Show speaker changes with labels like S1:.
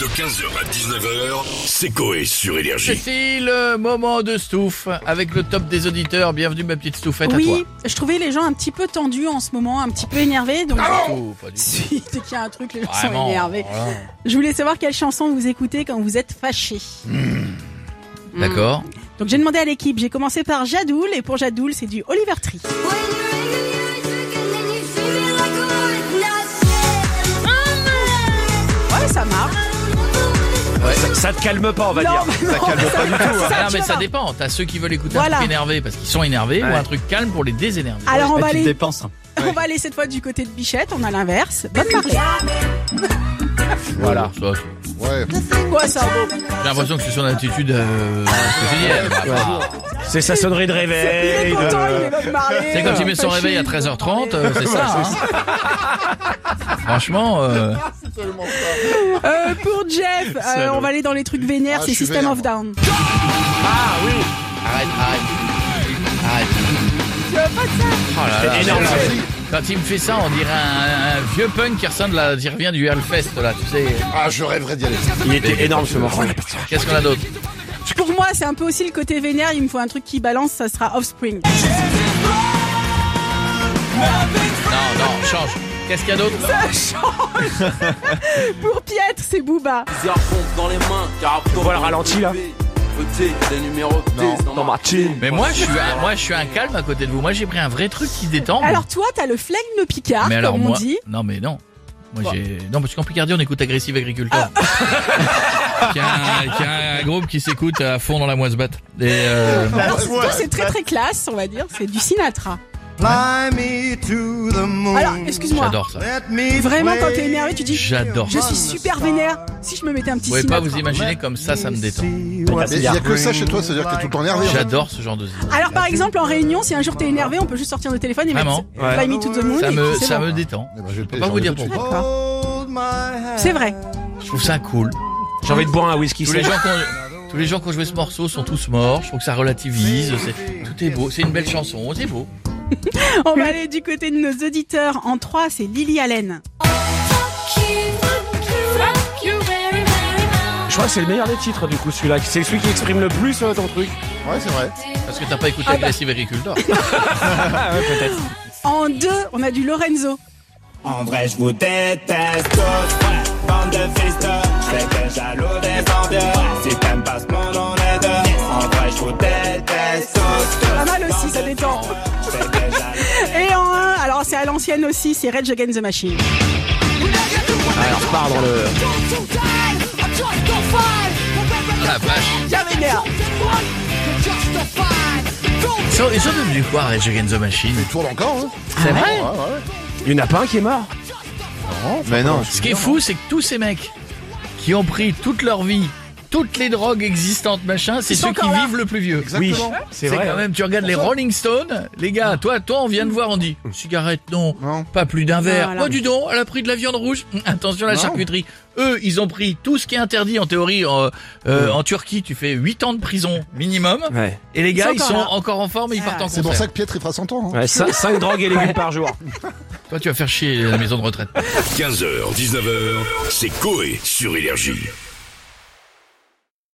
S1: De 15h à 19h, c'est Coé sur Énergie.
S2: C'est le moment de Stouff avec le top des auditeurs. Bienvenue ma petite Stouffette à
S3: Oui,
S2: toi.
S3: je trouvais les gens un petit peu tendus en ce moment, un petit peu énervés.
S4: Ah
S3: Donc,
S2: Oh, pas du tout.
S3: si, dès qu'il y a un truc, les gens
S2: Vraiment,
S3: sont énervés.
S2: voilà.
S3: Je voulais savoir quelle chanson vous écoutez quand vous êtes fâchés.
S4: Hmm.
S2: D'accord.
S3: Donc, j'ai demandé à l'équipe. J'ai commencé par Jadoul, et pour Jadoul, c'est du Oliver Tree. Ouais, ça marche.
S4: Ça, ça te calme pas, on va
S3: Non,
S4: dire.
S3: mais
S4: ça
S3: non,
S4: calme
S3: ça-
S4: pas du tout. hein.
S3: ça,
S2: non,
S3: tu
S2: Ah, mais
S3: vas
S2: ça
S3: voir.
S2: dépend. T'as ceux qui veulent écouter un
S3: Voilà.
S2: truc énervé parce qu'ils sont énervés ou
S4: Ouais.
S2: un truc calme pour les désénerver.
S3: Alors, on va
S4: tu te
S3: aller,
S4: dépenses. hein.
S3: on va aller cette fois du côté de Bichette. On a l'inverse. Ah, Bonne marée.
S2: Voilà. Ça, c'est-
S3: Quoi, ça vaut
S2: J'ai l'impression que c'est son attitude. euh, quotidienne.
S4: C'est sa sonnerie de
S3: Il est
S4: réveil.
S3: content,
S4: de-
S3: il est bonne marée.
S2: c'est comme s'il met son réveil à 13h30, euh, c'est ça. hein. Franchement, euh,
S3: Euh, pour Jeff, euh,
S4: Salaud.
S3: on va aller dans les trucs vénères,
S5: Ah,
S3: c'est
S5: je suis
S3: System
S5: vénère,
S3: of Down.
S2: arrête, arrête. Arrête. Oh là là.
S4: énorme.
S2: Quand il me fait ça, on dirait un, un vieux punk qui ressemble à, qui revient du Hellfest là, tu sais.
S5: Ah, je rêverais d'y aller.
S4: Il était énorme ce morceau.
S2: Qu'est-ce qu'on a d'autre
S3: Pour moi, c'est un peu aussi le côté vénère, il me faut un truc qui balance, ça sera Offspring.
S2: Non, non, change. Qu'est-ce qu'il y a d'autre
S3: Pour Pietre, c'est Booba.
S6: dans les mains,
S4: vois le ralenti, là Dans ma team.
S2: Mais moi, je suis, un, moi, je suis un calme à côté de vous. Moi, j'ai pris un vrai truc qui se détend.
S3: Alors toi, t'as le flegme picard,
S2: mais alors
S3: comme on
S2: moi,
S3: dit.
S2: non, mais non. Moi, j'ai, non, parce qu'en Picardie, on écoute Agressif Agriculteur.
S3: Ah.
S2: qui, est un, qui est un groupe qui s'écoute à fond dans la moisse batte. Et euh,
S3: Alors toi, c'est très très classe, on va dire, c'est du Sinatra.
S7: Fly me to the moon.
S3: Alors, excuse-moi.
S2: j'adore ça.
S7: Let me
S3: Vraiment, quand t'es
S7: play
S3: énervé, tu dis, je
S2: J'adore. ça.
S3: suis super vénère. Si je me mettais un petit
S2: Vous pouvez pas
S3: Sinatra.
S2: vous imaginer comme ça, ça me détend.
S7: see what
S5: Mais il y a que ça chez toi, c'est-à-dire que t'es tout le temps énervé.
S2: J'adore ce genre de zine.
S3: Alors par exemple, en réunion, si un jour t'es énervé, on peut juste sortir le téléphone et
S2: Vraiment
S3: mettre Fly Me to the Moon.
S2: Ça
S3: et
S2: me,
S3: puis c'est
S2: ça
S3: bon.
S2: me détend.
S5: Eh ben, je vais
S2: Faut pas vous dire
S5: télécharger tout de
S2: pourquoi.
S3: D'accord.
S7: Hold my hand.
S3: C'est vrai.
S2: Je trouve ça cool.
S4: J'ai envie de boire un whisky.
S2: Tous les gens qui ont, tous les gens qui ont joué ce morceau sont tous morts. Je trouve que ça relativise. C'est, tout est beau. C'est une belle chanson. C'est beau.
S3: On va aller du côté de nos auditeurs. En 3, c'est Lily Allen.
S4: Je crois que c'est le meilleur des titres du coup celui-là. C'est celui qui exprime le plus euh, ton truc.
S5: suite. Ouais, c'est vrai.
S2: Parce que t'as pas écouté
S3: Ah bah.
S2: Agressive Agriculteur.
S4: Ah ouais, peut-être.
S3: En 2, on a du Lorenzo.
S8: En vrai, je vous déteste tous, ouais, bande de fistons. Je fais que jaloux des envieux. Si t'aimes pas ce monde, on est deux. En vrai, je vous déteste tous, tous.
S3: Pas mal aussi,
S8: bande
S3: ça
S8: de
S3: détend.
S8: fistons, ouais, je fais que jaloux
S3: Et en 1, alors c'est à l'ancienne aussi, c'est Rage Against the Machine.
S4: Alors repart dans le.
S2: Ah la vache.
S3: Bien vénère.
S2: Ils sont, ils sont devenus quoi, Rage Against the Machine
S5: Il tourne encore, hein.
S2: C'est
S5: Ouais,
S2: vrai
S5: ouais.
S4: Il n'y en a pas un qui est mort.
S5: Mais non.
S2: Ce qui est fou, c'est que tous ces mecs qui ont pris toute leur vie, toutes les drogues existantes, machin, c'est
S3: Ils sont
S2: ceux qui
S3: encore là.
S2: vivent le plus vieux.
S4: Oui,
S5: Exactement.
S2: C'est
S4: c'est vrai. hein.
S2: quand même, tu regardes les Rolling Stones, les gars, toi, toi, on vient de voir, on dit, cigarette, non,
S5: Non.
S2: pas plus d'un verre.
S3: Voilà.
S2: Oh, du don, elle a pris de la viande rouge. Hum, Attention à la
S5: Non.
S2: charcuterie. Eux, ils ont pris tout ce qui est interdit, en théorie, en, euh, en Turquie, tu fais 8 ans de prison minimum.
S4: Ouais.
S2: Et les gars, ils
S3: Ils sont
S2: sont
S3: encore
S2: encore en forme et ils
S3: Ah.
S2: partent en
S5: C'est pour
S2: concert.
S5: ça que Pietre, il fera 100 ans. hein.
S4: Ouais, 5 drogues et légumes par jour.
S2: Toi, tu vas faire chier la maison de retraite.
S1: 15h, 19h, c'est Coé sur Énergie.